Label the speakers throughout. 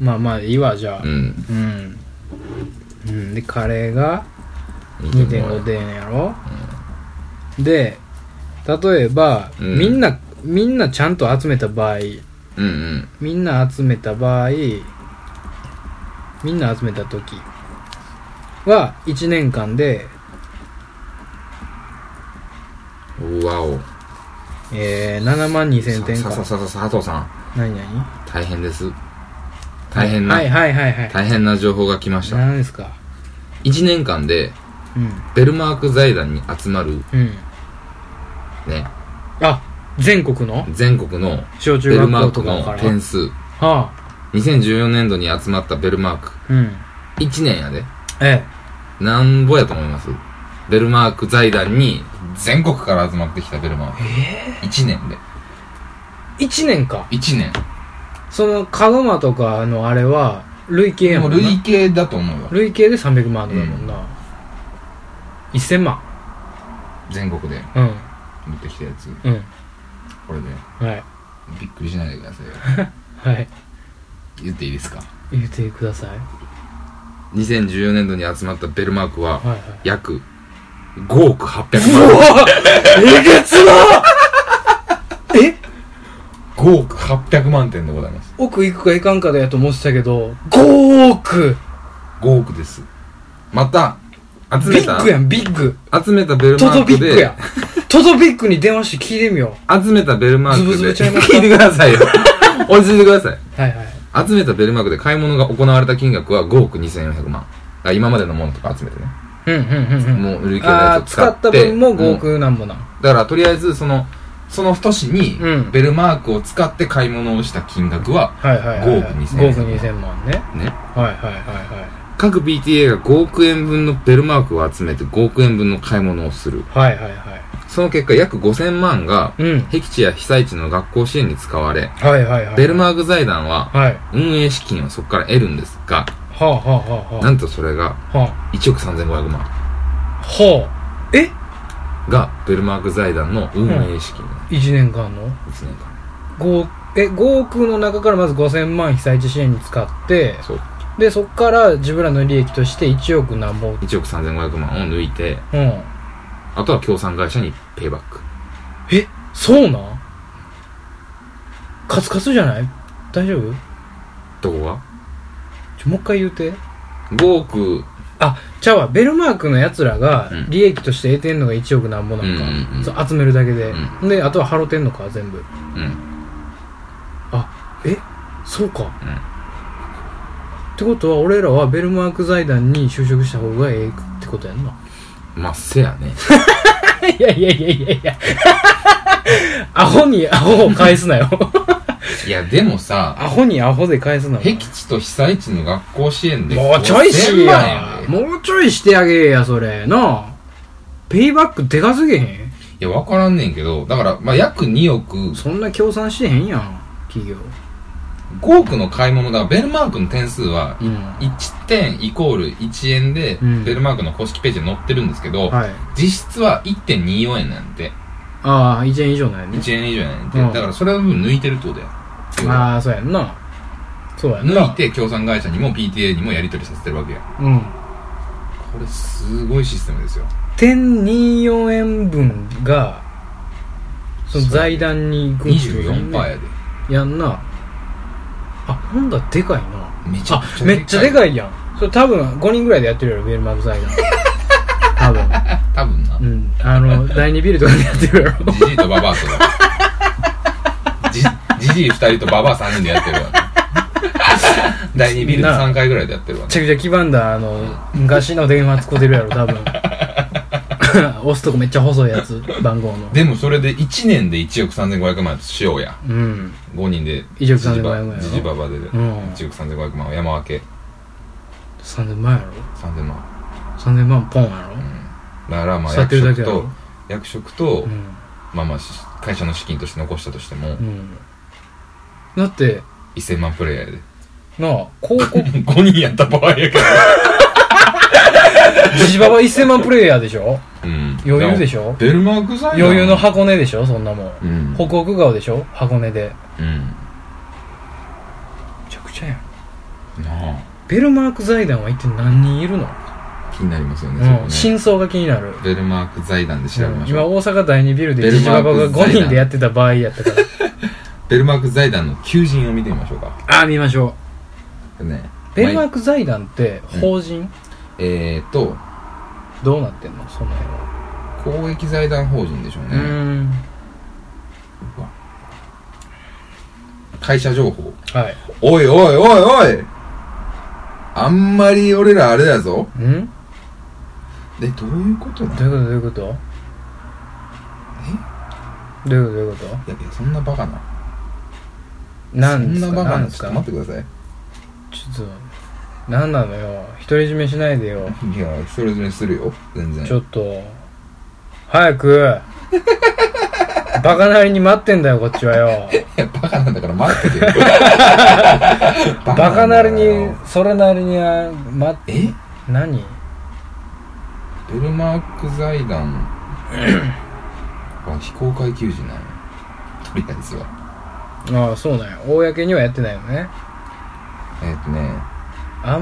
Speaker 1: まあまあいいわじゃあ
Speaker 2: うん
Speaker 1: うん、うん、でカレーが2.5でんやろ、で例えば、
Speaker 2: うん
Speaker 1: みんなみんなちゃんと集めた場合
Speaker 2: うんうん
Speaker 1: みんな集めた場合みんな集めた時は1年間で
Speaker 2: うわお
Speaker 1: えー、7万2000点
Speaker 2: さ
Speaker 1: か
Speaker 2: ささささ佐藤さん
Speaker 1: 何何
Speaker 2: 大変です大変な、
Speaker 1: はいはいはいはい
Speaker 2: 大変な情報が来ました
Speaker 1: 何ですか
Speaker 2: 1年間で
Speaker 1: うん
Speaker 2: ベルマーク財団に集まる
Speaker 1: うん
Speaker 2: ね
Speaker 1: あ全国の
Speaker 2: 全国の
Speaker 1: 小中
Speaker 2: ベル
Speaker 1: 学
Speaker 2: マ
Speaker 1: 校
Speaker 2: ーク
Speaker 1: とか
Speaker 2: の
Speaker 1: から
Speaker 2: 点数
Speaker 1: は
Speaker 2: 2014年度に集まったベルマーク
Speaker 1: あうん
Speaker 2: 1年やで
Speaker 1: え
Speaker 2: なんぼやと思いますベルマーク財団に全国から集まってきたベルマーク1年で
Speaker 1: え1年か
Speaker 2: 1年
Speaker 1: その門間とかのあれは累計
Speaker 2: で
Speaker 1: やも
Speaker 2: も
Speaker 1: んな
Speaker 2: 累計だと思うよ
Speaker 1: 累計で300万とかやもんな、1000万
Speaker 2: 全国で
Speaker 1: うん
Speaker 2: 持ってきたやつ
Speaker 1: うん
Speaker 2: これで
Speaker 1: はい
Speaker 2: びっくりしないでくださいよ
Speaker 1: はい
Speaker 2: 言っていいですか
Speaker 1: 言ってください
Speaker 2: 2014年度に集まったベルマークは
Speaker 1: はいはい
Speaker 2: 約5億800万
Speaker 1: えげつなえ
Speaker 2: 5億800万点でございます
Speaker 1: 奥行くかいかんかだやと思ってたけど5億
Speaker 2: 5億ですまた集
Speaker 1: ビ
Speaker 2: めた
Speaker 1: ッグやんビッグ
Speaker 2: 集めたベル
Speaker 1: ト
Speaker 2: マ
Speaker 1: ド
Speaker 2: ー
Speaker 1: ビ
Speaker 2: ク
Speaker 1: ッグ
Speaker 2: で
Speaker 1: やトドビッグに電話して聞いてみよ
Speaker 2: 集めたベルマークで
Speaker 1: ズブズブちゃいますか
Speaker 2: 聞いてくださいよ落ち着いてくださいう
Speaker 1: はいはい
Speaker 2: 集めたベルマークで買い物が行われた金額は5億2400万あ今までのものとか集めてね
Speaker 1: うんうんうんうん
Speaker 2: もう累計の
Speaker 1: あ
Speaker 2: や
Speaker 1: あ
Speaker 2: つを
Speaker 1: 使
Speaker 2: 使っ
Speaker 1: ってた分も5
Speaker 2: うん
Speaker 1: 億なんぼなん
Speaker 2: だからとりあえずそのその年に
Speaker 1: うん
Speaker 2: ベルマークを使って買い物をした金額は
Speaker 1: はいはいはいはい
Speaker 2: 5億2000万
Speaker 1: 5億2000万ね
Speaker 2: ね
Speaker 1: はいはいはいはい
Speaker 2: 各 BTA が5億円分のベルマークを集めて5億円分の買い物をする
Speaker 1: はいはいはい
Speaker 2: その結果約5000万が
Speaker 1: うん
Speaker 2: 僻地や被災地の学校支援に使われ
Speaker 1: はいはいはい
Speaker 2: ベルマーク財団は
Speaker 1: はいは
Speaker 2: 運営資金をそこから得るんですが
Speaker 1: あはあはあ
Speaker 2: なんとそれが
Speaker 1: はあは
Speaker 2: 1億3500万
Speaker 1: あはあえ
Speaker 2: がベルマーク財団の運営資金なん
Speaker 1: 1年間の
Speaker 2: ですね、
Speaker 1: 5え5億の中からまず5000万被災地支援に使って
Speaker 2: そう
Speaker 1: でそっから自分らの利益として1億なんぼ
Speaker 2: 1億3500万を抜いて
Speaker 1: うん
Speaker 2: あとは協賛会社にペイバック
Speaker 1: えそうなんカツカツじゃない大丈夫
Speaker 2: どこが
Speaker 1: ちょもう一回言うて
Speaker 2: 5億
Speaker 1: あちゃうわベルマークのやつらが
Speaker 2: うん
Speaker 1: 利益として得てんのが1億なんぼなんか、
Speaker 2: うんうんうん
Speaker 1: そう集めるだけで、
Speaker 2: う
Speaker 1: であとは払ってんのか全部
Speaker 2: うん
Speaker 1: えそうか、ってことは俺らはベルマーク財団に就職した方がええってことやんな
Speaker 2: まっせやね
Speaker 1: いやいやいやいやいや アホにアホを返すなよ
Speaker 2: いやでも さ
Speaker 1: アホにアホで返すなよ
Speaker 2: 僻地と被災地の学校支援で
Speaker 1: もうちょいし
Speaker 2: 5000万
Speaker 1: や
Speaker 2: やでい
Speaker 1: もうちょいしてあげやそれなあペイバックでかすぎへん
Speaker 2: や分からんねんけどだから、まあ、約2億5
Speaker 1: そんな協賛してへんやん企業
Speaker 2: 億の買い物だからベルマークの点数は
Speaker 1: うん
Speaker 2: 1点イコール1円で
Speaker 1: うん
Speaker 2: ベルマークの公式ページに載ってるんですけど、
Speaker 1: はい
Speaker 2: 実質は1.24円なんて
Speaker 1: ああ1円以上なんやね
Speaker 2: 1円以上やねんて、
Speaker 1: うん
Speaker 2: だからそれの分抜いてるってことや
Speaker 1: ああそうやんなそうやんな
Speaker 2: 抜いて協賛会社にも PTA にもやり取りさせてるわけや
Speaker 1: うん
Speaker 2: これすごいシステムですよ
Speaker 1: 1.24円分がその財団に行くってこと
Speaker 2: 24%
Speaker 1: や
Speaker 2: や
Speaker 1: ね
Speaker 2: で
Speaker 1: やんなあなんだでかいな
Speaker 2: めちゃ
Speaker 1: あ
Speaker 2: くちゃ
Speaker 1: めっちゃでかいやんそれ多分5人ぐらいでやってるやろベルマーク財団 多分
Speaker 2: 多分な
Speaker 1: うんあの第2ビルとかでやってるやろ
Speaker 2: ジジイとババアとだジジジイ2人とババア3人でやってる わ第2ビルで3回ぐらいでやってるわ
Speaker 1: めちゃくちゃ黄ばんだあの昔の電話使ってるやろ 多分押すとこめっちゃ細いやつ番号の
Speaker 2: でもそれで1年で1億3500万しようや
Speaker 1: うん
Speaker 2: 5人で
Speaker 1: 1億3500万やろ
Speaker 2: ジジババで
Speaker 1: ん
Speaker 2: 1億3500万を山分け
Speaker 1: 3000万やろ
Speaker 2: 3000万
Speaker 1: 3000万ポンや
Speaker 2: だからまあ
Speaker 1: 座って
Speaker 2: 役
Speaker 1: るだけ
Speaker 2: 職
Speaker 1: やろ
Speaker 2: と役職と、
Speaker 1: ろうん
Speaker 2: まあまあし会社の資金として残したとしても、
Speaker 1: うんだって
Speaker 2: 1000万プレイヤーやで
Speaker 1: なあ広告
Speaker 2: 5人やった場合やから
Speaker 1: ジジババ1000万プレイヤーでしょ
Speaker 2: うん
Speaker 1: 余裕でしょ
Speaker 2: ベルマーク財団
Speaker 1: 余裕の箱根でしょそんなもん
Speaker 2: うん
Speaker 1: 北北川でしょ箱根で
Speaker 2: うん
Speaker 1: めちゃくちゃやん
Speaker 2: な
Speaker 1: ベルマーク財団は一体何人いるの、
Speaker 2: あ気になりますよね,、
Speaker 1: うん、
Speaker 2: そこね
Speaker 1: 真相が気になる、
Speaker 2: ベルマーク財団で調べ
Speaker 1: うん
Speaker 2: まし
Speaker 1: 今
Speaker 2: ょう、
Speaker 1: 大阪第2ビルで
Speaker 2: ベル
Speaker 1: ジジ
Speaker 2: マー
Speaker 1: バ
Speaker 2: ク
Speaker 1: バが5人でやってた場合やったから
Speaker 2: ベルマーク財団の求人を見てみましょうか
Speaker 1: ああ見ましょ
Speaker 2: ね
Speaker 1: うベルマー
Speaker 2: ク
Speaker 1: ク財団って法人、
Speaker 2: えー、っと
Speaker 1: どうなってんのその辺は
Speaker 2: 公益財団法人でしょうね、
Speaker 1: ん
Speaker 2: うわ会社情報
Speaker 1: はい
Speaker 2: おいおいおいおいあんまり俺らあれだぞ
Speaker 1: うん
Speaker 2: でどういうことなのい
Speaker 1: どういうことどういうことどういうことどういうこ
Speaker 2: やいやそんなバカな
Speaker 1: となんです
Speaker 2: そ
Speaker 1: か
Speaker 2: んなバカ
Speaker 1: なんで
Speaker 2: なち
Speaker 1: す
Speaker 2: ょ
Speaker 1: か
Speaker 2: っと待ってください
Speaker 1: ちょっとなんなのよ独り占めしないでよ
Speaker 2: いやそれぞれするよ全然
Speaker 1: ちょっと早く バカなりに待ってんだよこっちはよ
Speaker 2: いやバカなんだから待 っててよ
Speaker 1: バ
Speaker 2: バ
Speaker 1: カなんり
Speaker 2: だよ
Speaker 1: にそれなりにあ待っ
Speaker 2: え
Speaker 1: 何
Speaker 2: ベルマーク財 団は非公開求人なのとりあえずは
Speaker 1: ああそうなんや公にはやってないのね
Speaker 2: えーっとね
Speaker 1: 天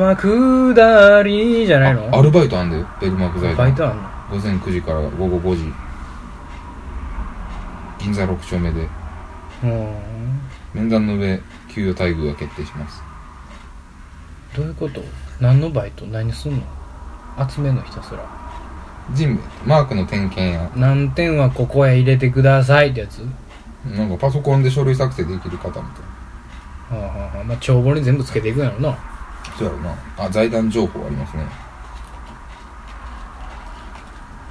Speaker 1: 下りじゃないの
Speaker 2: あアルバイトあんだよベルマーク財団
Speaker 1: バイトあんの
Speaker 2: 午前9時から午後5時銀座6丁目で
Speaker 1: うーん
Speaker 2: 面談の上給与待遇が決定します
Speaker 1: どういうこと何のバイト何すんの集めんのひたすら
Speaker 2: 人マークの点検や
Speaker 1: 何点はここへ入れてくださいってやつ、は
Speaker 2: なんかパソコンで書類作成できる方みたい
Speaker 1: あ
Speaker 2: な
Speaker 1: はあはあまあ、帳簿に全部つけていくんやろな
Speaker 2: そうやろなあ財団情報ありますね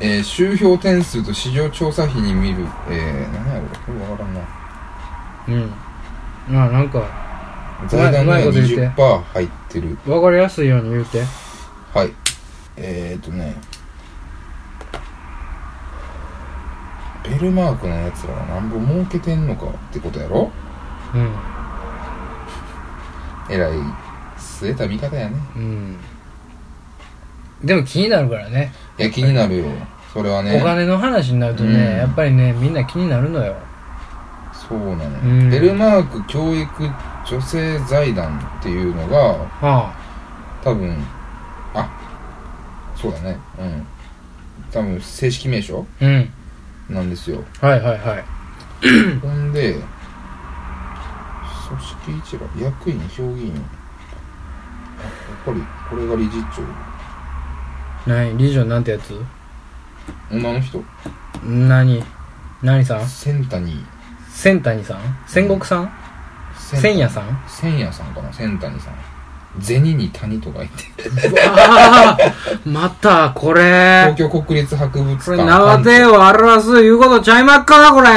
Speaker 2: えー、周評点数と市場調査費に見るえー、何やろこれわからん
Speaker 1: うんああ
Speaker 2: な
Speaker 1: なんか
Speaker 2: 財団
Speaker 1: う
Speaker 2: に
Speaker 1: ま
Speaker 2: はい
Speaker 1: こと言って
Speaker 2: 20%入ってる
Speaker 1: 分かりやすいように言うて
Speaker 2: はいえー、っとねベルマークのやつらはなんぼ儲けてんのかってことやろ
Speaker 1: うん
Speaker 2: えらい据えた見方やね
Speaker 1: うんでも気になるからね
Speaker 2: いや気になるよそれはね
Speaker 1: お金の話になるとね、
Speaker 2: うん
Speaker 1: やっぱりねみんな気になるのよ
Speaker 2: そうなの、
Speaker 1: うん
Speaker 2: ベルマーク教育女性財団っていうのが
Speaker 1: は
Speaker 2: 多分あそうだねうん多分正式名称
Speaker 1: あうん
Speaker 2: なんですよ
Speaker 1: はいはいはい
Speaker 2: ほんで、組織一覧、役員、評議員。あやっぱり、これが理事長。
Speaker 1: 何理事長なんてやつ
Speaker 2: 女の人
Speaker 1: 何何さん
Speaker 2: 千谷。
Speaker 1: 千谷さん千石さん千夜さん
Speaker 2: 千夜さんかな千谷さん。銭に谷とか言って。
Speaker 1: ああまたこれ
Speaker 2: 東京国立博物館。
Speaker 1: これ縄手を表すいうことちゃいまっかなこれ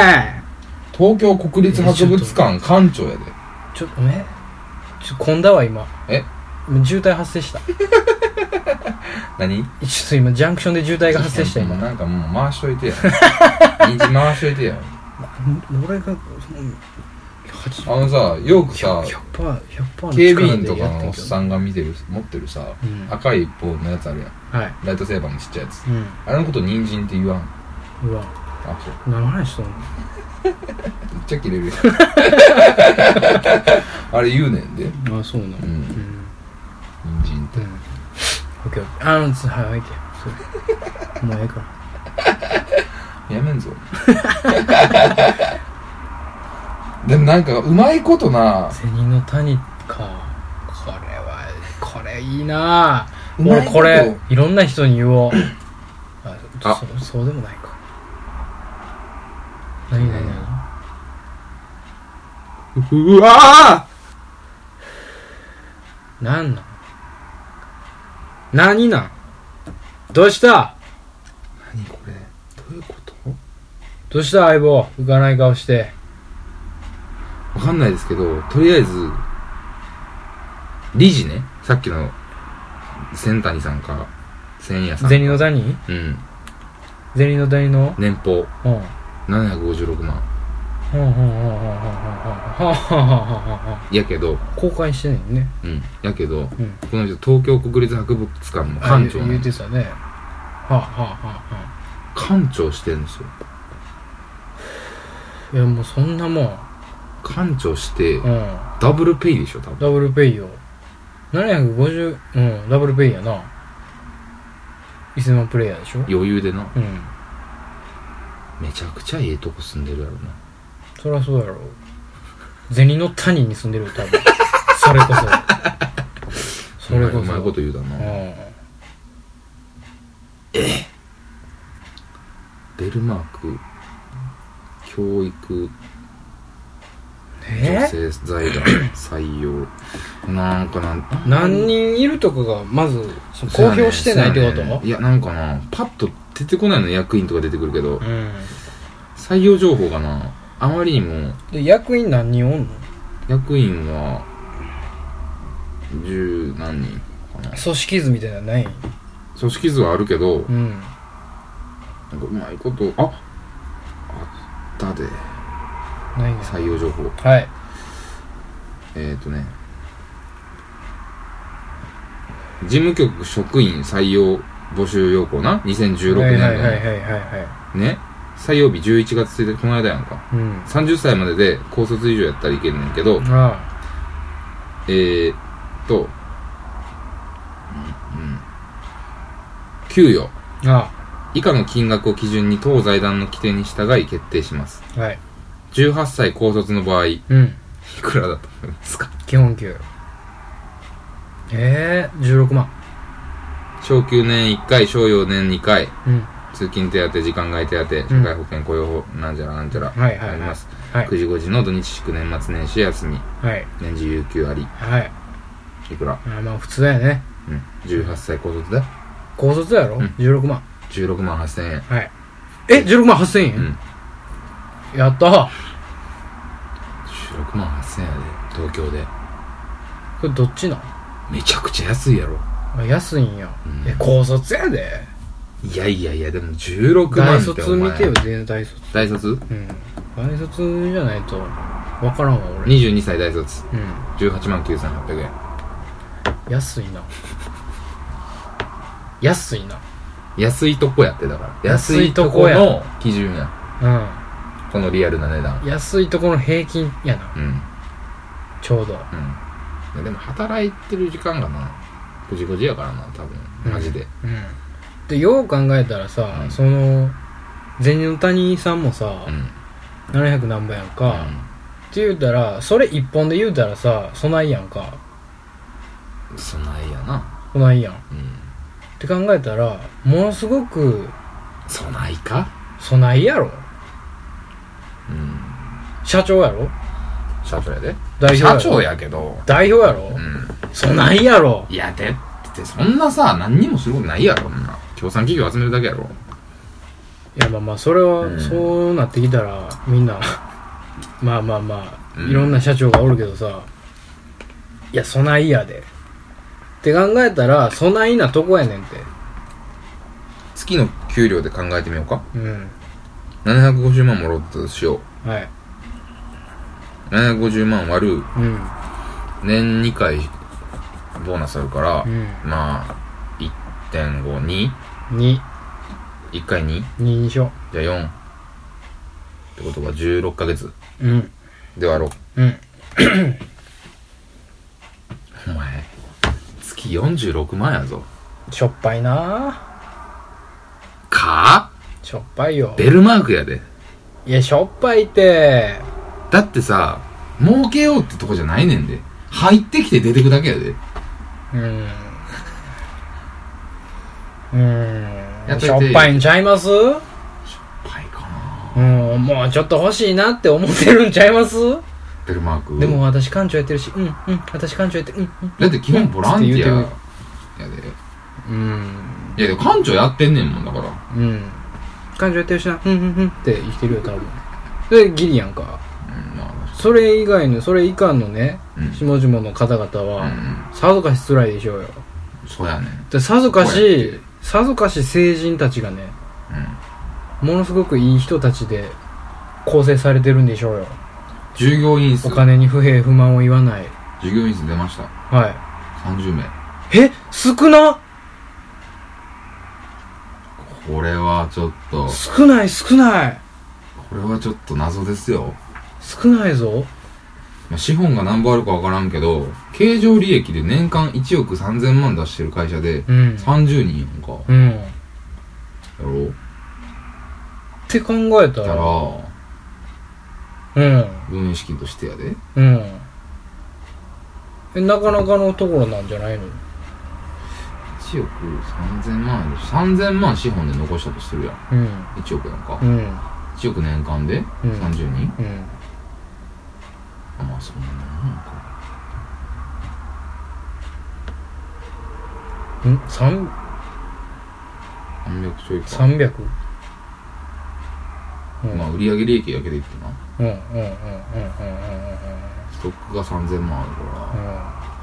Speaker 2: 東京国立博物館館長やで。
Speaker 1: ちょっとねちょっと混んだわ今
Speaker 2: え
Speaker 1: もう渋滞発生したちょ
Speaker 2: 何
Speaker 1: っと今ジャンクションで渋滞が発生した
Speaker 2: いやも
Speaker 1: 今
Speaker 2: うなんかもう回しと いてや。人参回しといてや。
Speaker 1: 俺が
Speaker 2: あのさ、よくさ、
Speaker 1: 100%
Speaker 2: 警備員とかのおっ
Speaker 1: ん
Speaker 2: さんが見てる、持ってるさ、
Speaker 1: うん
Speaker 2: 赤い棒のやつあるやん。
Speaker 1: はい
Speaker 2: ライトセーバーのちっちゃいやつ
Speaker 1: うん
Speaker 2: あれのこと人参って言わん
Speaker 1: うわ
Speaker 2: あそう
Speaker 1: 何の話しとんの
Speaker 2: めっちゃ切 れるあれ言うねんで
Speaker 1: あそうなの
Speaker 2: うん
Speaker 1: うん
Speaker 2: 人参って
Speaker 1: うんオッケーオッケーあのつはいはいオッケーそ うもうええから
Speaker 2: やめんぞでもなんかうまいことな
Speaker 1: 銭の谷かこれはこれいいなあ
Speaker 2: うま
Speaker 1: 俺
Speaker 2: いこと
Speaker 1: これいろんな人に言おうあ
Speaker 2: あ
Speaker 1: そそうでもないか何何何
Speaker 2: うわ
Speaker 1: 何なん何なんどうした
Speaker 2: ー何これどういうこと
Speaker 1: どうした相棒浮かない顔して
Speaker 2: わかんないですけどとりあえず理事ねさっきの千谷さんか千夜さん
Speaker 1: 銭の谷
Speaker 2: うん
Speaker 1: 銭の谷の
Speaker 2: 年俸
Speaker 1: うんうん
Speaker 2: 756万
Speaker 1: うんうんうんうんうんうんうんうんうんうんうん
Speaker 2: やけど
Speaker 1: 公開してないよね
Speaker 2: うんやけど
Speaker 1: うん
Speaker 2: この人東京国立博物館の館長
Speaker 1: あ言
Speaker 2: ね
Speaker 1: う言うてたねはあはあはあはあ
Speaker 2: 館長してるんですよ
Speaker 1: いやもうそんなもん、
Speaker 2: 館長して
Speaker 1: うん、
Speaker 2: ダブルペイでしょ多分
Speaker 1: ダブルペイを750、うん、ダブルペイやな。1000万プレイヤーでしょ
Speaker 2: 余裕でな
Speaker 1: うん。
Speaker 2: めちゃくちゃええとこ住んでるやろな
Speaker 1: そりゃそうやろ。銭の谷に住んでるよ、多 分。それこそ。それこそ。
Speaker 2: うまいこと言うだ
Speaker 1: う
Speaker 2: な、
Speaker 1: ん。
Speaker 2: ベルマーク教育女
Speaker 1: え
Speaker 2: 性財団採用なんかなん
Speaker 1: 何人いるとかが、まず、その
Speaker 2: そ
Speaker 1: 公
Speaker 2: うやね
Speaker 1: 表してないってこと、
Speaker 2: そうやねいやなんかなパッと出てこないの役員とか出てくるけど
Speaker 1: うん。
Speaker 2: 採用情報がなあまりにも
Speaker 1: で、役員何人おんの
Speaker 2: 役員は十何人かな
Speaker 1: 組織図みたいなのない
Speaker 2: 組織図はあるけど
Speaker 1: うん。
Speaker 2: なんかうまいことああったで
Speaker 1: ないです。
Speaker 2: 採用情報
Speaker 1: はい。
Speaker 2: えっ、ー、とね事務局職員採用募集要項な2016
Speaker 1: はいはいは
Speaker 2: 年度の、
Speaker 1: いはいはいはい。
Speaker 2: ね採用日11月1日この間やんか
Speaker 1: うん。
Speaker 2: 30歳までで高卒以上やったらいけるねんけど
Speaker 1: あ
Speaker 2: えー、と、うん、うん給与
Speaker 1: あ。あ
Speaker 2: 以下の金額を基準に当財団の規定に従い決定します
Speaker 1: あ。はい。
Speaker 2: 18歳高卒の場合い
Speaker 1: うん。
Speaker 2: くらだと思いますか
Speaker 1: 基本給。ええー、16万。
Speaker 2: 昇給年1回賞与年2回
Speaker 1: うん。
Speaker 2: 通勤手当時間外手当社会保険雇用法なんじゃらなんじゃら
Speaker 1: はいはいはい
Speaker 2: あります
Speaker 1: はい。
Speaker 2: 9時5時の土日祝年末年始休み
Speaker 1: はい。
Speaker 2: 年次有給あり
Speaker 1: はい。
Speaker 2: いくら
Speaker 1: あーまあ普通だよね。
Speaker 2: うん18歳高卒だ
Speaker 1: 高卒やろ、
Speaker 2: うん
Speaker 1: ?16 万。
Speaker 2: 16万8000円
Speaker 1: はい。え、16万8000円、やったー
Speaker 2: 16万8000円やで東京で
Speaker 1: これどっちなん
Speaker 2: めちゃくちゃ安いやろ
Speaker 1: あ安いんや。
Speaker 2: うん
Speaker 1: え、高卒やで。
Speaker 2: いやいやいやでも16万
Speaker 1: 大
Speaker 2: って
Speaker 1: 卒
Speaker 2: お前
Speaker 1: 見てよ、全大卒。
Speaker 2: 大卒
Speaker 1: うん。大卒じゃないと、わからんわ、俺。
Speaker 2: 22歳大卒
Speaker 1: うん。
Speaker 2: 18万9800円
Speaker 1: 安いな。安いな。
Speaker 2: 安いとこやってだから
Speaker 1: 安
Speaker 2: 安
Speaker 1: い
Speaker 2: い
Speaker 1: と
Speaker 2: と
Speaker 1: こ
Speaker 2: こ
Speaker 1: や
Speaker 2: の基準や
Speaker 1: う
Speaker 2: このリアルな値段
Speaker 1: ん。安いとこの平均やな。
Speaker 2: うん
Speaker 1: ちょうど。
Speaker 2: うんいやでも働いてる時間がな9時5時やからな多分
Speaker 1: うん
Speaker 2: マジで
Speaker 1: うん。で、よう考えたらさ、
Speaker 2: うん
Speaker 1: その、銭の谷さんもさ、
Speaker 2: うん
Speaker 1: 700何倍やんか、って言うたらそれ一本で言うたらさそないやんか
Speaker 2: うん備えやな
Speaker 1: そないやんっ
Speaker 2: うん
Speaker 1: て考えたらものすごく
Speaker 2: 備えか
Speaker 1: そないやろ
Speaker 2: うん
Speaker 1: 社長やろ
Speaker 2: 社長やで
Speaker 1: 代表や
Speaker 2: 社
Speaker 1: ろ
Speaker 2: 長やけど
Speaker 1: 代表やろ
Speaker 2: うん
Speaker 1: そないやろ
Speaker 2: いやでってそんなさ何にもすることないやろそんな協賛企業集めるだけやろ
Speaker 1: いやまあまあそれは、
Speaker 2: うん
Speaker 1: そうなってきたらみんな まあまあまあ、
Speaker 2: うん
Speaker 1: いろんな社長がおるけどさいやそないやでって考えたらそないなとこやねんて
Speaker 2: 月の給料で考えてみようか
Speaker 1: うん
Speaker 2: 750万もろったとしよう
Speaker 1: はい
Speaker 2: 750万割る
Speaker 1: うん
Speaker 2: 年2回ボーナスあるから、
Speaker 1: うん
Speaker 2: まあ1.521
Speaker 1: 2
Speaker 2: 回2
Speaker 1: 二にしよ
Speaker 2: じゃあ4ってことが16ヶ月
Speaker 1: ううん
Speaker 2: で割ろ
Speaker 1: うん
Speaker 2: うお前月46万やぞ
Speaker 1: しょっぱいな
Speaker 2: か
Speaker 1: しょっぱいよ
Speaker 2: ベルマークやで
Speaker 1: いやしょっぱいって
Speaker 2: だってさ儲けようってとこじゃないねんで入ってきて出てくだけやで
Speaker 1: うんうん
Speaker 2: やっといて
Speaker 1: しょっぱいんちゃいますう
Speaker 2: パイかなん
Speaker 1: もうちょっと欲しいなって思ってるんちゃいます
Speaker 2: ベルマーク
Speaker 1: でも私館長やってるしうんうん私館長やってるうん
Speaker 2: だって基本ボランティア
Speaker 1: うん
Speaker 2: や
Speaker 1: つって
Speaker 2: で
Speaker 1: うん
Speaker 2: いやでも館長やってんねんもんだから
Speaker 1: うんうん館長やってるしなうんうんうんって生きてるよ多分でギリやんか
Speaker 2: うんま
Speaker 1: それ以外のそれ以下のね
Speaker 2: あうん
Speaker 1: 下々の方々
Speaker 2: う
Speaker 1: は、
Speaker 2: ん
Speaker 1: さぞかし辛いでしょうよ
Speaker 2: そうやねん
Speaker 1: でさぞか
Speaker 2: こうや
Speaker 1: しさぞかし成人たちがね
Speaker 2: うん
Speaker 1: ものすごくいい人たちで構成されてるんでしょうよ
Speaker 2: 従業員数
Speaker 1: お金に不平不満を言わない
Speaker 2: 従業員数出ました
Speaker 1: は
Speaker 2: 30名
Speaker 1: いえ少な
Speaker 2: これはちょっと
Speaker 1: 少ない少ない
Speaker 2: これはちょっと謎ですよ
Speaker 1: 少ないぞ
Speaker 2: まあ、資本が何ぼあるかわからんけど、経常利益で年間1億3000万出してる会社で、
Speaker 1: うん
Speaker 2: 30人やんか。
Speaker 1: うんっ
Speaker 2: やろ
Speaker 1: て考えた
Speaker 2: だからら、
Speaker 1: うん
Speaker 2: 運営資金としてやで。
Speaker 1: うんえなかなかのところなんじゃないの
Speaker 2: 1億3000万やで。3000万資本で残したとしてるやん。
Speaker 1: うん
Speaker 2: 1億なんか
Speaker 1: う。ん
Speaker 2: 1億年間で
Speaker 1: うん
Speaker 2: 30人、
Speaker 1: うん
Speaker 2: あまあ、そんなもんなんか。
Speaker 1: うん三
Speaker 2: 300ちょいか。
Speaker 1: 300うん
Speaker 2: まあ、売上利益だけでいってな。
Speaker 1: うんうんうんうんうんうんうん
Speaker 2: ストックが3000万ある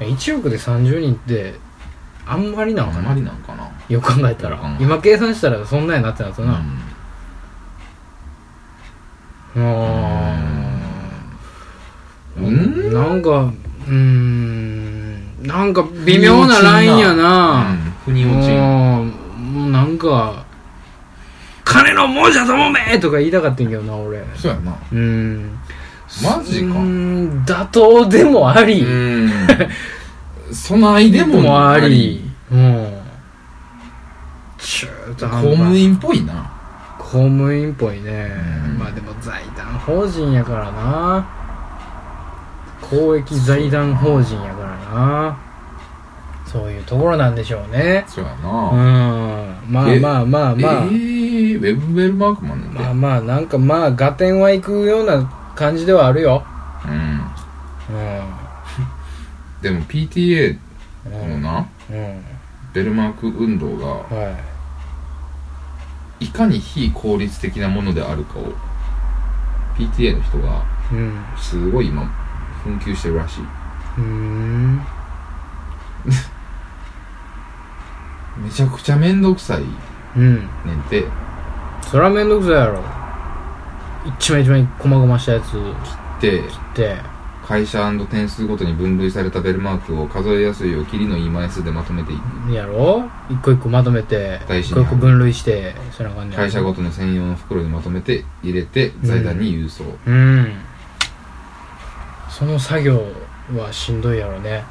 Speaker 2: か
Speaker 1: うん1億で30人ってあんまりなの
Speaker 2: ら、あ
Speaker 1: か
Speaker 2: ま
Speaker 1: な
Speaker 2: りなんかな。
Speaker 1: よく考えたら、
Speaker 2: うん
Speaker 1: 今計算したらそんなやなってなった
Speaker 2: う
Speaker 1: な、
Speaker 2: ん。
Speaker 1: う
Speaker 2: う
Speaker 1: ー
Speaker 2: ん
Speaker 1: んなんかうーんなんか微妙なラインやな
Speaker 2: 腑に
Speaker 1: う
Speaker 2: 落ちんな。
Speaker 1: んもうなんか「金の亡者ともめ!」とか言いたかったんけどな俺う
Speaker 2: そうやな。
Speaker 1: ーん
Speaker 2: マジか
Speaker 1: うーん妥当でもあり、
Speaker 2: うん。そないでもな
Speaker 1: あり、うん中途
Speaker 2: 公
Speaker 1: 半端
Speaker 2: 務員っぽいな。
Speaker 1: 公務員っぽいね、
Speaker 2: うん
Speaker 1: まあでも財団法人やからな公益財団法人やからなそういうところなんでしょうね
Speaker 2: そうや
Speaker 1: うん
Speaker 2: な。
Speaker 1: まあ
Speaker 2: え
Speaker 1: まあまあ
Speaker 2: え
Speaker 1: まあ、
Speaker 2: ー、ウェブベルマークマンなん
Speaker 1: まあ
Speaker 2: だ。
Speaker 1: まあなんかまあ合点は行くような感じではあるよ
Speaker 2: う
Speaker 1: う
Speaker 2: ん。
Speaker 1: ん
Speaker 2: でも PTA
Speaker 1: う
Speaker 2: の
Speaker 1: ん、
Speaker 2: な、
Speaker 1: うん、
Speaker 2: ベルマーク運動が、
Speaker 1: はい
Speaker 2: いかに非効率的なものであるかを、PTA の人が、
Speaker 1: うん
Speaker 2: すごい今、紛糾してるらしい。
Speaker 1: うーん
Speaker 2: めちゃくちゃめんどくさい
Speaker 1: うん
Speaker 2: ねんて、
Speaker 1: そりゃめんどくさいやろ一枚一枚細々したやつ
Speaker 2: で、
Speaker 1: で
Speaker 2: 会社点数ごとに分類されたベルマークを数えやすいよう切りのいい枚数でまとめていく
Speaker 1: やろ一個一個まとめて
Speaker 2: 大事
Speaker 1: 一
Speaker 2: に
Speaker 1: 個一個分類してそんな感じ
Speaker 2: 会社ごとの専用の袋にまとめて入れて財団に郵送、
Speaker 1: うんその作業はしんどいやろね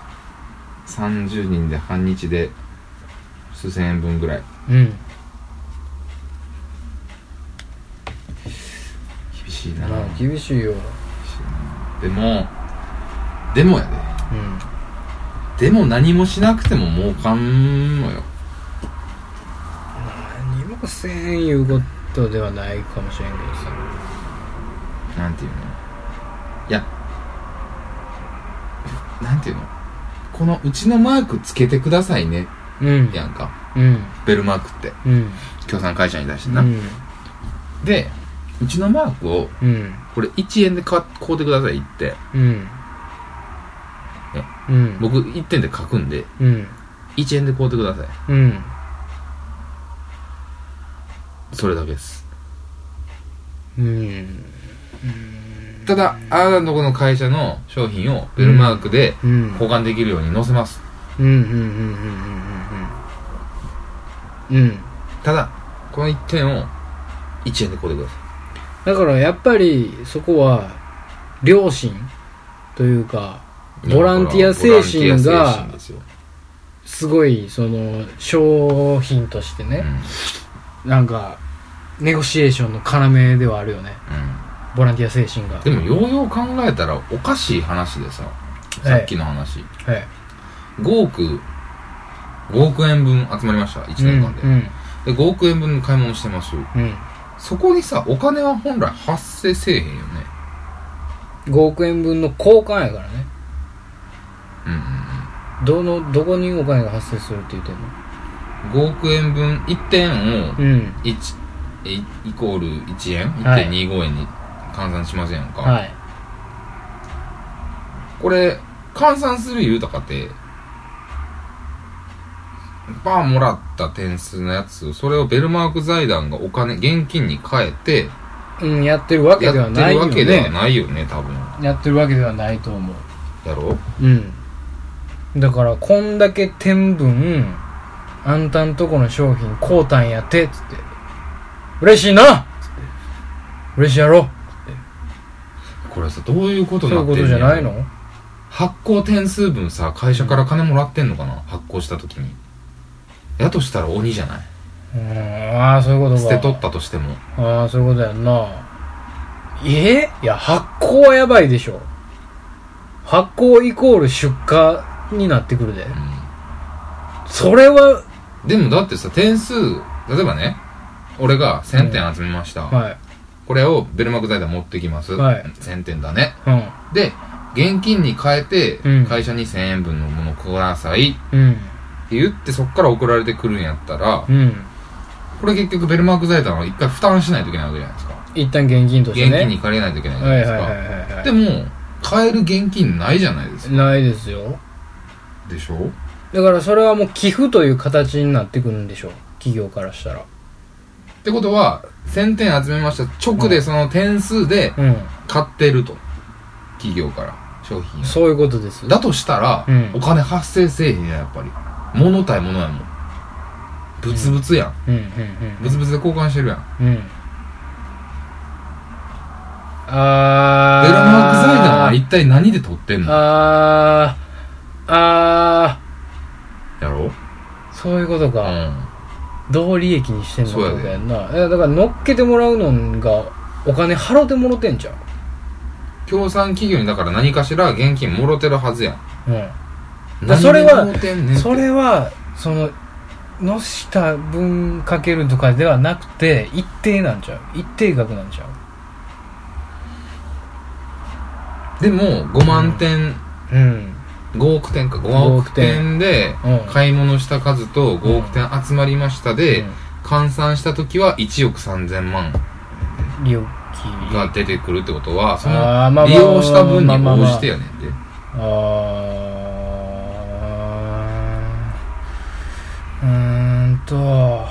Speaker 2: 30人で半日で数千円分ぐらい
Speaker 1: うん
Speaker 2: 厳しいな、
Speaker 1: まあ
Speaker 2: 厳しい
Speaker 1: 厳しいよ
Speaker 2: なでもでもや
Speaker 1: うん
Speaker 2: ででも何もしなくても儲かんのよ
Speaker 1: 何もせんいうことではないかもしれんけどさ
Speaker 2: なんていうのいやなんていうのこのうちのマークつけてくださいね
Speaker 1: うん
Speaker 2: やんか
Speaker 1: うん
Speaker 2: ベルマークって
Speaker 1: うん
Speaker 2: 協賛会社に出して
Speaker 1: う
Speaker 2: な、
Speaker 1: ん
Speaker 2: でうちのマークを
Speaker 1: うん
Speaker 2: これ1円で買買うてくださいって
Speaker 1: うん
Speaker 2: え
Speaker 1: うん
Speaker 2: 僕1点で書くんで
Speaker 1: うん
Speaker 2: 1円で買うてください
Speaker 1: うん
Speaker 2: それだけです
Speaker 1: うん
Speaker 2: ただあなたのとこの会社の商品をベルマークで
Speaker 1: うん
Speaker 2: 交換できるように載せます
Speaker 1: うんうんうんうんうんうんうんうん
Speaker 2: ただこの1点を1円で買うてくださ
Speaker 1: だからやっぱりそこは良心というか
Speaker 2: い
Speaker 1: ボランティア精神が
Speaker 2: ボランティア精神ですよ
Speaker 1: すごいその商品として
Speaker 2: うん
Speaker 1: ね、なんかネゴシエーションの要ではあるよねボランティア精神が
Speaker 2: うんでもようよう考えたらおかしい話でささっきの話、
Speaker 1: はい
Speaker 2: 5億5億円分集まりました1年間で、
Speaker 1: うん
Speaker 2: で5億円分の買い物してます
Speaker 1: うん、
Speaker 2: そこにさお金は本来発生せえへんよね
Speaker 1: うん、5億円分の交換やからね
Speaker 2: うん
Speaker 1: どのどこにお金が発生するって言ってんの
Speaker 2: うんうん5億円分1点を
Speaker 1: うん
Speaker 2: 1えイコール1円
Speaker 1: はい
Speaker 2: 1.25円に換算しませんか、
Speaker 1: はい
Speaker 2: これ換算する言うたかてバーもらった点数のやつそれをベルマーク財団がお金現金に変えて
Speaker 1: うんやってるわけ
Speaker 2: や
Speaker 1: では
Speaker 2: って
Speaker 1: ない
Speaker 2: る
Speaker 1: よ
Speaker 2: わけでは
Speaker 1: ね
Speaker 2: ないよね多分
Speaker 1: やってるわけではないと思う
Speaker 2: やろ
Speaker 1: うんだからこんだけ天分あんたんとこの商品買うたんやてっつって嬉しいなっつって嬉しいやろ
Speaker 2: ここれさどういうこと
Speaker 1: そう
Speaker 2: に
Speaker 1: いう
Speaker 2: なって
Speaker 1: こ
Speaker 2: んね
Speaker 1: と
Speaker 2: ん
Speaker 1: じゃないの
Speaker 2: 発行点数分さ会社から金もらってんのかな発行した時にやとしたら鬼じゃな
Speaker 1: うんああそういうことか
Speaker 2: い捨て取ったとしても
Speaker 1: ああそういうことやんなえいや発行はやばいでしょ発行イコール出荷になってくるでそれは
Speaker 2: でもだってさ点数例えばね俺が1000点集めました、
Speaker 1: はい
Speaker 2: これをベルマーク財団持ってきます、
Speaker 1: はい
Speaker 2: 1000点だね
Speaker 1: うん
Speaker 2: で現金に変えて
Speaker 1: うん
Speaker 2: 会社に1000円分のものをくださいっ
Speaker 1: うん
Speaker 2: て言ってそっから送られてくるんやったら
Speaker 1: うん
Speaker 2: これ結局ベルマーク財団は一回負担しないといけないわけじゃないですか
Speaker 1: 一旦現金として
Speaker 2: 現
Speaker 1: ね
Speaker 2: 金に借りないといけないじゃ
Speaker 1: はい
Speaker 2: ないです
Speaker 1: はい
Speaker 2: か、
Speaker 1: はいはいはい
Speaker 2: でも買える現金ないじゃないですか
Speaker 1: ないですよ
Speaker 2: でしょ
Speaker 1: だからそれはもう寄付という形になってくるんでしょう企業からしたら
Speaker 2: ってことは1000点集めました直でその点数で
Speaker 1: うん
Speaker 2: 買ってると企業から商品を
Speaker 1: そういうことです
Speaker 2: だとしたら、
Speaker 1: うん
Speaker 2: お金発生せえへんやんやっぱり物対物やもん物々やん、
Speaker 1: うんうん
Speaker 2: 物々で交換してるやん
Speaker 1: うんうんあー
Speaker 2: ベルマーク財団は一体何で取ってんのや
Speaker 1: あーあ
Speaker 2: ろ
Speaker 1: ーそういうことか、
Speaker 2: う
Speaker 1: 同利益にしてんの
Speaker 2: そう
Speaker 1: か
Speaker 2: やで
Speaker 1: とかやんなえだから乗っけてもらうのがお金払うてもろてんじゃん
Speaker 2: ん協賛企業にだから何かしら現金もろてるはずや
Speaker 1: うんだそれは
Speaker 2: 何でもろてんねんって
Speaker 1: んそれはそののした分かけるとかではなくて一定なんちゃう一定額なんちゃ
Speaker 2: でも5万点、
Speaker 1: ううん
Speaker 2: 5億点か5
Speaker 1: 5
Speaker 2: 億
Speaker 1: 億
Speaker 2: 点
Speaker 1: 点
Speaker 2: で
Speaker 1: うん
Speaker 2: 買い物した数と5億点集まりましたで、換算した時は1億3000万
Speaker 1: うん利益
Speaker 2: が出てくるってことはそ
Speaker 1: あーま
Speaker 2: の
Speaker 1: あ
Speaker 2: 利用した分に
Speaker 1: まあまあまあ
Speaker 2: 応
Speaker 1: まあ
Speaker 2: じてやねんで
Speaker 1: あーうーんと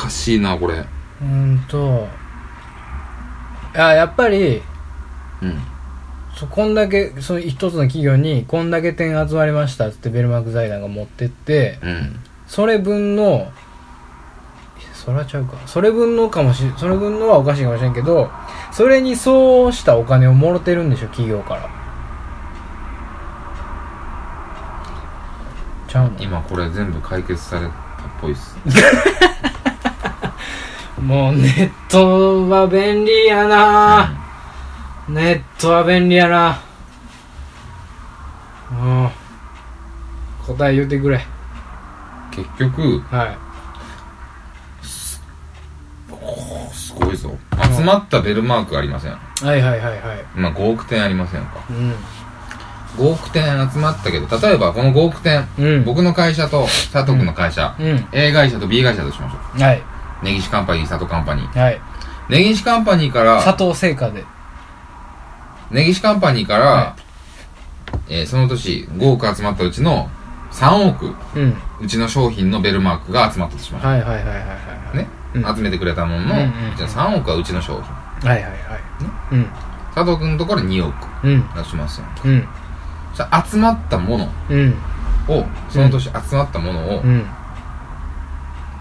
Speaker 2: 難しいなこれ
Speaker 1: うーんとあやっぱり
Speaker 2: うん
Speaker 1: そこんだけその一つの企業にこんだけ点集まりましたっつってベルマーク財団が持ってって
Speaker 2: うん
Speaker 1: それ分のそらちゃうかそれ分のかもしそれ分のはおかしいかもしれんけどそれに相応したお金をもろてるんでしょ企業からちゃうの
Speaker 2: 今これ全部解決されたっぽいっす
Speaker 1: もうネットは便利やなネットは便利やなもう答え言ってくれ
Speaker 2: うん結局
Speaker 1: はい
Speaker 2: すごいぞ集まったベルマークありません
Speaker 1: はいはいはいはい
Speaker 2: 今5億点ありませんか
Speaker 1: うん
Speaker 2: 5億点集まったけど例えばこの5億点、
Speaker 1: うん
Speaker 2: 僕の会社と佐藤君の会社、
Speaker 1: うん
Speaker 2: A 会社と B 会社としましょう
Speaker 1: はい
Speaker 2: 根岸カンパニー佐藤カンパニー
Speaker 1: はい
Speaker 2: 根岸カンパニーか
Speaker 1: 佐
Speaker 2: ら
Speaker 1: 藤製菓で
Speaker 2: 根岸カンパニーから、
Speaker 1: は
Speaker 2: えーその年5億集まったうちの3億
Speaker 1: うん
Speaker 2: うちの商品のベルマークが集まったとしましょ
Speaker 1: はいはいはいはいはいは
Speaker 2: う
Speaker 1: い
Speaker 2: ね、
Speaker 1: うん
Speaker 2: 集めてくれたものの、
Speaker 1: うんうん
Speaker 2: じゃあ3億はうちの商品
Speaker 1: はいはいはいうん
Speaker 2: 佐藤君のところに2億
Speaker 1: うん
Speaker 2: 出しますよ
Speaker 1: うん
Speaker 2: じゃあ集まったもの
Speaker 1: うん
Speaker 2: をその年集まったものを、
Speaker 1: うん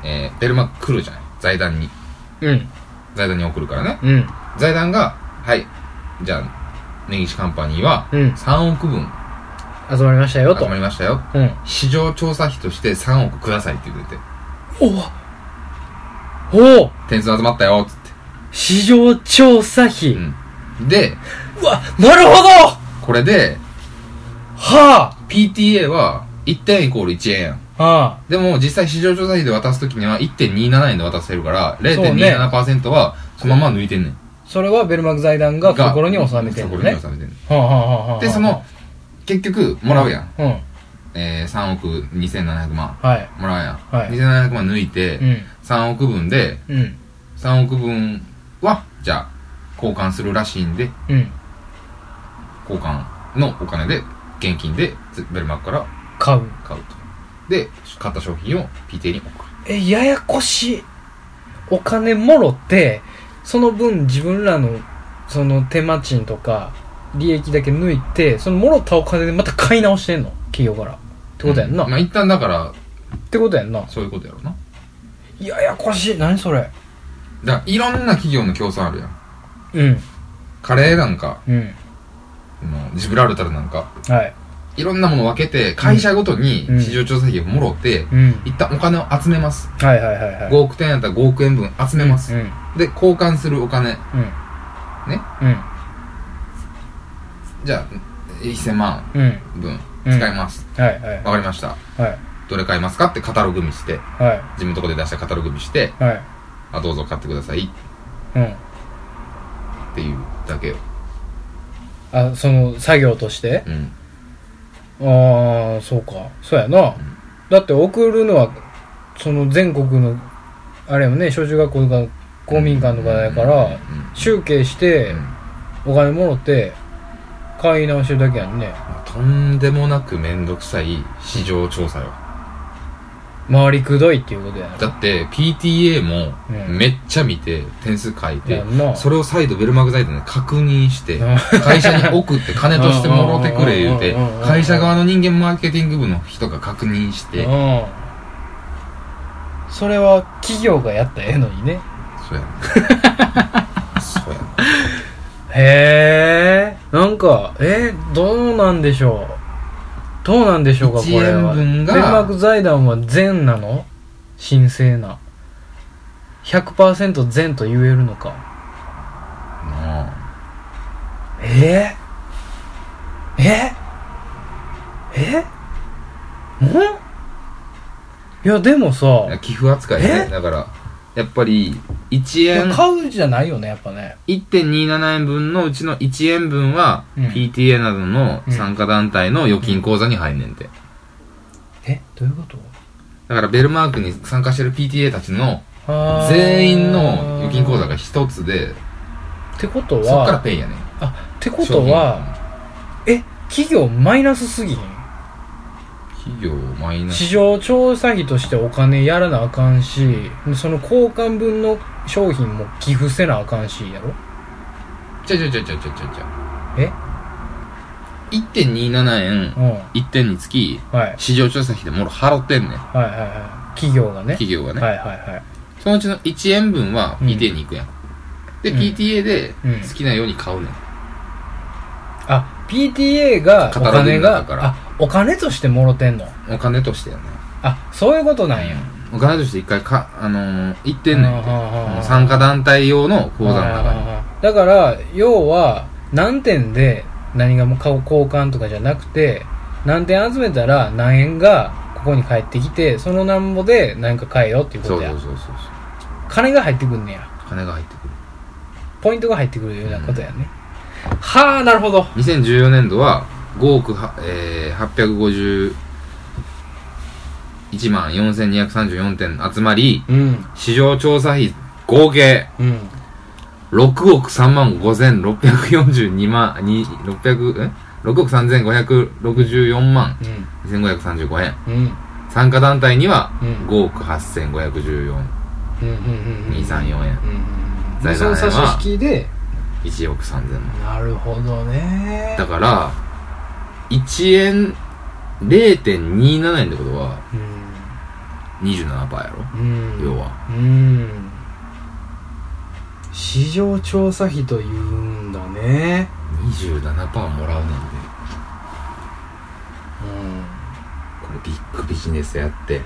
Speaker 2: えーベルマーク来るじゃない財団に
Speaker 1: うん
Speaker 2: 財団に送るからね
Speaker 1: うん
Speaker 2: 財団がはいじゃあ根岸カンパニーは
Speaker 1: うん
Speaker 2: 3億分
Speaker 1: 集まりましたよ
Speaker 2: 集
Speaker 1: と
Speaker 2: まりましたよ
Speaker 1: うん
Speaker 2: 市場調査費として3億くださいって言ってて
Speaker 1: おお
Speaker 2: 点数集まったよっつっ
Speaker 1: 市場調査費、
Speaker 2: う
Speaker 1: うん
Speaker 2: てで
Speaker 1: わなるほど
Speaker 2: これで
Speaker 1: は
Speaker 2: PTA は1点イコール1円やん
Speaker 1: あは
Speaker 2: でも実際市場調査費で渡す時には1.27円で渡せるから
Speaker 1: そうね
Speaker 2: 0.27%はそのまま抜いてんねん
Speaker 1: あそれはベルマーク財団が心に収めてるの
Speaker 2: 懐
Speaker 1: ね
Speaker 2: に収めてんね
Speaker 1: はあはあはあはあ
Speaker 2: んでその結局もらうやん、
Speaker 1: うん
Speaker 2: えー、3億2700万
Speaker 1: はい
Speaker 2: もらうやん、
Speaker 1: はい
Speaker 2: 2700万抜いて、
Speaker 1: うん
Speaker 2: 3億分で
Speaker 1: うん
Speaker 2: 3億分はじゃあ交換するらしいんで
Speaker 1: うん
Speaker 2: 交換のお金で現金でずベルマークから
Speaker 1: 買う
Speaker 2: 買うとで買った商品を PTA に送る
Speaker 1: えややこしいお金もろってその分自分らのその手間賃とか利益だけ抜いてそのもろったお金でまた買い直してんの企業からってことやんな、
Speaker 2: うんまあ一旦だから
Speaker 1: ってことやんな
Speaker 2: そういうことやろうな
Speaker 1: ややこしい何それ
Speaker 2: だからいろんな企業の協賛あるやん
Speaker 1: うん
Speaker 2: カレーなんか、
Speaker 1: うん。
Speaker 2: まあジブラルタルなんか、
Speaker 1: はい。
Speaker 2: いろんなもの分けて、会社ごとに
Speaker 1: うん
Speaker 2: 市場調査費をもろて、
Speaker 1: うん。
Speaker 2: 一旦お金を集めます。
Speaker 1: はいはいはいはい。
Speaker 2: 5億点やったら5億円分集めます
Speaker 1: う。ん。
Speaker 2: で、交換するお金。
Speaker 1: うん。
Speaker 2: ねじゃあ、1000万
Speaker 1: うん。うん。
Speaker 2: 分
Speaker 1: うん
Speaker 2: 使います。
Speaker 1: はいはい。
Speaker 2: わかりました。
Speaker 1: はい。
Speaker 2: どれ買いますかってカタログ見して、
Speaker 1: は
Speaker 2: 自分のとこで出したカタログ見して、
Speaker 1: い。はい。
Speaker 2: あ、どうぞ買ってください
Speaker 1: うん。
Speaker 2: っていうだけよ。
Speaker 1: あ、その、作業として
Speaker 2: うん。
Speaker 1: ああ、そうか。そうやな。だって送るのは、その全国の、あれよね、小中学校とか公民館とかだか
Speaker 2: うん
Speaker 1: ら、集計して
Speaker 2: うん、うん
Speaker 1: お金もろって、買い直してるだけやんね。
Speaker 2: とんでもなくめんどくさい市場調査よ。
Speaker 1: 回りくどいっていうことやな。
Speaker 2: だって、PTA も
Speaker 1: うん
Speaker 2: めっちゃ見て、点数書いて
Speaker 1: や、んな。
Speaker 2: それを再度ベルマーク財団で確認して
Speaker 1: うん、
Speaker 2: 会社に送って金としてもろてくれ言うて
Speaker 1: うんうんうんうんうん、
Speaker 2: 会社側の人間マーケティング部の人が確認し
Speaker 1: う
Speaker 2: て、
Speaker 1: ん。それは企業がやったらええのにね。
Speaker 2: そうやな。そうやな。
Speaker 1: へえ。なんか、えーどうなんでしょう。どうなんでしょうか、こ
Speaker 2: 1
Speaker 1: れは。
Speaker 2: 円分が
Speaker 1: デンマーク財団は全なの神聖な。100%全と言えるのか。
Speaker 2: なあ
Speaker 1: えー、えええんいや、でもさ、
Speaker 2: いや寄付扱いね。
Speaker 1: え
Speaker 2: だから、やっぱり、1
Speaker 1: いや
Speaker 2: 円、
Speaker 1: 買うじゃないよね、やっぱね。
Speaker 2: 1.27円分のうちの1円分は、
Speaker 1: うん
Speaker 2: PTA などの参加団体の預金口座に入んねんて。
Speaker 1: え、どういうこと
Speaker 2: だからベルマークに参加してる PTA たちの
Speaker 1: あー
Speaker 2: 全員の預金口座が一つで、
Speaker 1: ってことは
Speaker 2: そっからペイやねん。
Speaker 1: あってことはえ企業マイナスすぎひん
Speaker 2: 企業マイナス。
Speaker 1: 市場調査費としてお金やらなあかんしその交換分の商品も寄付せなあかんしやろ
Speaker 2: ちゃちゃちゃちゃちゃちゃちゃ。
Speaker 1: え
Speaker 2: ?1.27 円、
Speaker 1: うん
Speaker 2: 1点につき、
Speaker 1: はい
Speaker 2: 市場調査費でもろ払ってんねん。
Speaker 1: はいはいはい企業がね
Speaker 2: 企業がね。
Speaker 1: はいはいはい
Speaker 2: そのうちの1円分は PTA に行くやん。で、
Speaker 1: うん
Speaker 2: PTA で
Speaker 1: うん
Speaker 2: 好きなように買うねん。
Speaker 1: あ PTA がお
Speaker 2: カタログ
Speaker 1: 金
Speaker 2: の中
Speaker 1: が
Speaker 2: から
Speaker 1: あお金としてもろてんの
Speaker 2: お金としてやね。
Speaker 1: あそういうことなんや
Speaker 2: お金として一回か、あのー、行ってんねんて
Speaker 1: あーはーはーはー
Speaker 2: 参加団体用の口座の中に。
Speaker 1: だから要は何点で何がもう顔交換とかじゃなくて何点集めたら何円がここに返ってきてそのなんぼで何か買えよっていうこ
Speaker 2: そう
Speaker 1: と
Speaker 2: そ
Speaker 1: や
Speaker 2: うそうそう。
Speaker 1: 金が入ってくんねや
Speaker 2: 金が入ってくる。
Speaker 1: ポイントが入ってくるようなことやね、はあなるほど
Speaker 2: 2014年度は5億は、えー、851万4234点集まり、
Speaker 1: うん
Speaker 2: 市場調査費合計
Speaker 1: うん
Speaker 2: 6億3万5642万、に600、え ?6 億3564万
Speaker 1: うん
Speaker 2: 2535円。
Speaker 1: うんうん
Speaker 2: 参加団体には
Speaker 1: うん
Speaker 2: 5億8514、
Speaker 1: うんうんうん
Speaker 2: 234円。
Speaker 1: うんうん
Speaker 2: 財団
Speaker 1: そう
Speaker 2: は
Speaker 1: 差し引きで
Speaker 2: 1億3000万。
Speaker 1: なるほどね
Speaker 2: だから、1円0.27円ってことは、27%やろ
Speaker 1: うんうん
Speaker 2: 要は
Speaker 1: うん市場調査費というんだね
Speaker 2: 27%もらうねんで
Speaker 1: う
Speaker 2: これビッグビジネスやって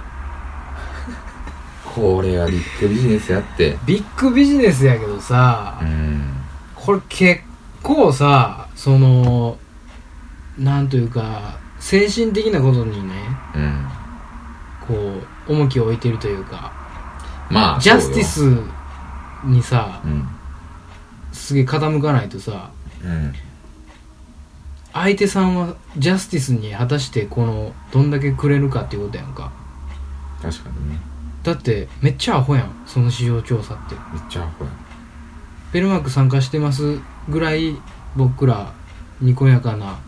Speaker 2: これはビッグビジネスやって
Speaker 1: んビッグビジネスやけどさ、
Speaker 2: うん
Speaker 1: これ結構さそのなんというか精神的なことにね
Speaker 2: うん
Speaker 1: こう重きを置いてるというか
Speaker 2: まあ
Speaker 1: ジャスティ
Speaker 2: そうよ
Speaker 1: スにさ
Speaker 2: うん
Speaker 1: すげえ傾かないとさ
Speaker 2: うん
Speaker 1: 相手さんはジャスティスに果たしてこのどんだけくれるかっていうことやんか
Speaker 2: 確かにね
Speaker 1: だってめっちゃアホやんその市場調査って
Speaker 2: めっちゃアホや
Speaker 1: ベルマーク参加してますぐらい僕らにこやかな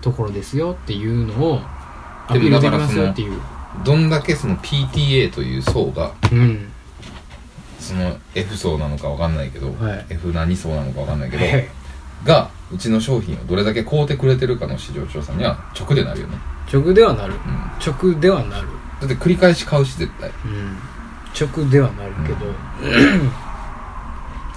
Speaker 1: ところですよっていうのをアピールできますよっていう
Speaker 2: どんだけその PTA という層が
Speaker 1: うん
Speaker 2: その F 層なのかわかんないけど、
Speaker 1: はい
Speaker 2: F 何層なのかわかんないけどがうちの商品をどれだけ買うてくれてるかの市場調査には直でなるよね、
Speaker 1: 直ではなる
Speaker 2: うん、だ
Speaker 1: 直ではなる、
Speaker 2: って繰り返し買うし絶対
Speaker 1: うん、直ではなるけど、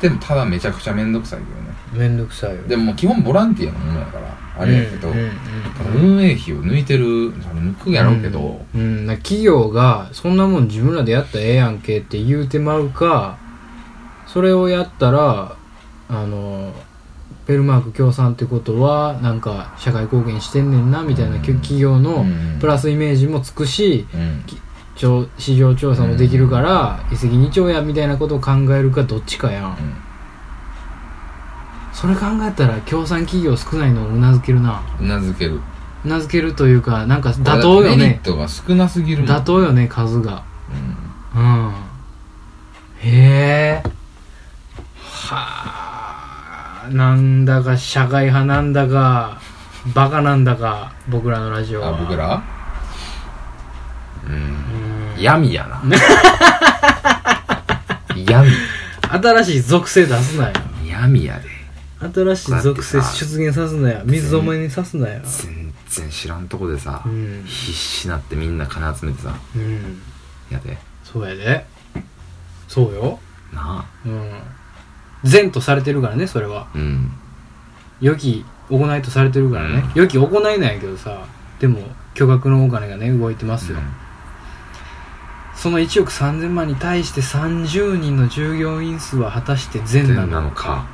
Speaker 2: でもただめちゃくちゃめんどくさいけどね
Speaker 1: めんどくさいよ
Speaker 2: でももう基本ボランティアのものやからあれやけど、
Speaker 1: うんうんうん
Speaker 2: ただ運営費を抜いてるそれ抜くやろうけど、
Speaker 1: うん、うんなんか企業がそんなもん自分らでやったらええやんけって言うてまうかそれをやったらあのペルマーク協賛ってことはなんか社会貢献してんねんなみたいな
Speaker 2: うん
Speaker 1: 企業の
Speaker 2: うん
Speaker 1: プラスイメージもつくし
Speaker 2: うん
Speaker 1: ちょ市場調査もできるから一石二鳥やみたいなことを考えるかどっちかやんそれ考えたら協賛企業少ないのをうなずけるな
Speaker 2: うなずける
Speaker 1: うなずけるというかなんか妥当よ
Speaker 2: メリッ
Speaker 1: ね
Speaker 2: トが少なすぎるもん
Speaker 1: 妥当よね数が
Speaker 2: うん
Speaker 1: うんへえはあなんだか社会派なんだかバカなんだか僕らのラジオは
Speaker 2: あ僕らうん
Speaker 1: うん
Speaker 2: 闇や な闇
Speaker 1: 新しい属性出すなよ
Speaker 2: 闇やで
Speaker 1: 新しい属性
Speaker 2: だってさ
Speaker 1: 出現さすなよ水染めにさすなよ
Speaker 2: 全然知らんとこでさ、
Speaker 1: うん
Speaker 2: 必死なってみんな金集めてさ
Speaker 1: うん
Speaker 2: やで
Speaker 1: そうやでそうよ
Speaker 2: な
Speaker 1: うん善とされてるからねそれは
Speaker 2: あうん
Speaker 1: 良き行いとされてるからね、
Speaker 2: うん
Speaker 1: 良き行いなんやけどさでも巨額のお金がね動いてますよ、その1億3000万に対して30人の従業員数は果たして
Speaker 2: う
Speaker 1: 善
Speaker 2: ん
Speaker 1: なの
Speaker 2: なのか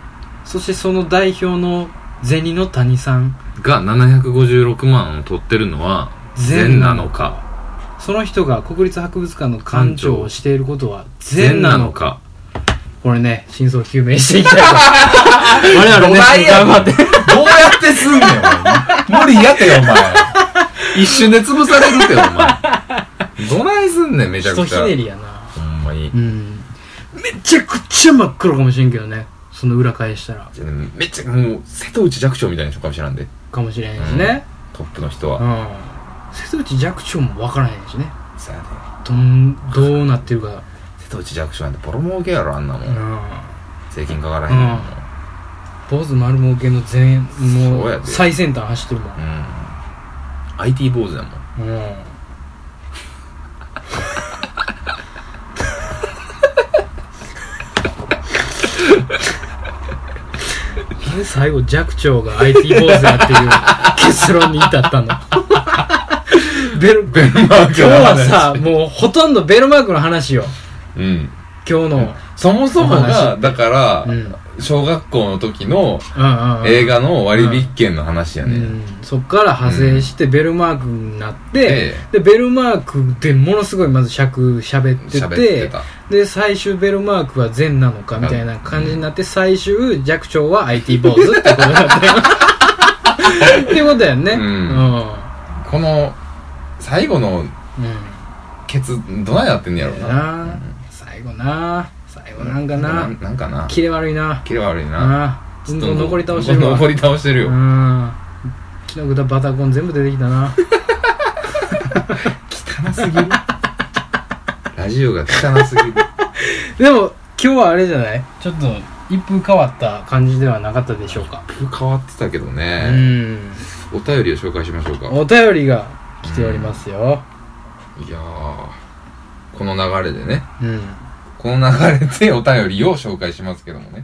Speaker 1: そしてその代表の銭の谷さん
Speaker 2: が756万を取ってるのは善なのか
Speaker 1: その人が国立博物館の館長をしていることは善
Speaker 2: 善
Speaker 1: な
Speaker 2: な
Speaker 1: の
Speaker 2: の
Speaker 1: か
Speaker 2: か
Speaker 1: これね真相究明していきた いと我々ね
Speaker 2: どないや
Speaker 1: 頑張って
Speaker 2: どうやってすんねんお前無理やってよお前 一瞬で潰されるってよお前どないすんねんめちゃ
Speaker 1: 人
Speaker 2: くちゃ
Speaker 1: ひねりやな
Speaker 2: ほんまに
Speaker 1: うんめちゃくちゃ真っ黒かもしれんけどねその裏返したら
Speaker 2: めっちゃもう瀬戸内寂聴みたいな人かもしれんで
Speaker 1: かもしれへんしね
Speaker 2: トップの人
Speaker 1: う
Speaker 2: は、
Speaker 1: ん、瀬戸内寂聴も分からへんしね
Speaker 2: そやで
Speaker 1: どんどうなってるか
Speaker 2: 瀬戸内寂聴なんてボロ儲けやろあんなも、
Speaker 1: うんん
Speaker 2: 税金かからへんの
Speaker 1: 坊主丸儲けの全も
Speaker 2: そうや
Speaker 1: う
Speaker 2: で
Speaker 1: 最先端走ってるも
Speaker 2: うんん、IT 坊主やもん
Speaker 1: うんなんで最後寂聴が IT 坊主だっていう結論に至ったのベル
Speaker 2: ベルマー
Speaker 1: 今日はさもうほとんどベルマークの話よ
Speaker 2: うん
Speaker 1: 今日の、うん、うん
Speaker 2: そもそも
Speaker 1: お話
Speaker 2: がだから、
Speaker 1: うん
Speaker 2: 小学校の時の
Speaker 1: うんうん
Speaker 2: 映画の割引券の話や
Speaker 1: う
Speaker 2: ね、
Speaker 1: ん、そっから派生してベルマークになって
Speaker 2: え、
Speaker 1: でベルマークでものすごいまず尺喋って
Speaker 2: 喋
Speaker 1: て
Speaker 2: ってた
Speaker 1: で最終ベルマークは善なのかみたいな感じになって、最終弱聴は IT 坊主ってことだ ったよってことやんね
Speaker 2: うん
Speaker 1: うん
Speaker 2: この最後の
Speaker 1: うん
Speaker 2: ケツどないなってんねやろうな
Speaker 1: なあ最後な最後なんか
Speaker 2: な
Speaker 1: なん
Speaker 2: かな
Speaker 1: キレ悪いな
Speaker 2: キレ悪いな
Speaker 1: ああ
Speaker 2: ちょっと
Speaker 1: 残り倒してるわ
Speaker 2: 残り倒してるよ
Speaker 1: うん木の札バタコン全部出てきたな
Speaker 2: 汚すぎるラジオが汚すぎる
Speaker 1: でも今日はあれじゃないちょっと一風変わった感じではなかったでしょうか
Speaker 2: 変わってたけど
Speaker 1: う
Speaker 2: ね、
Speaker 1: ん
Speaker 2: お便りを紹介しましょうか
Speaker 1: お便りが来ておりますよ
Speaker 2: いやーこの流れでね
Speaker 1: うん
Speaker 2: この流れでお便りを紹介しますけどもね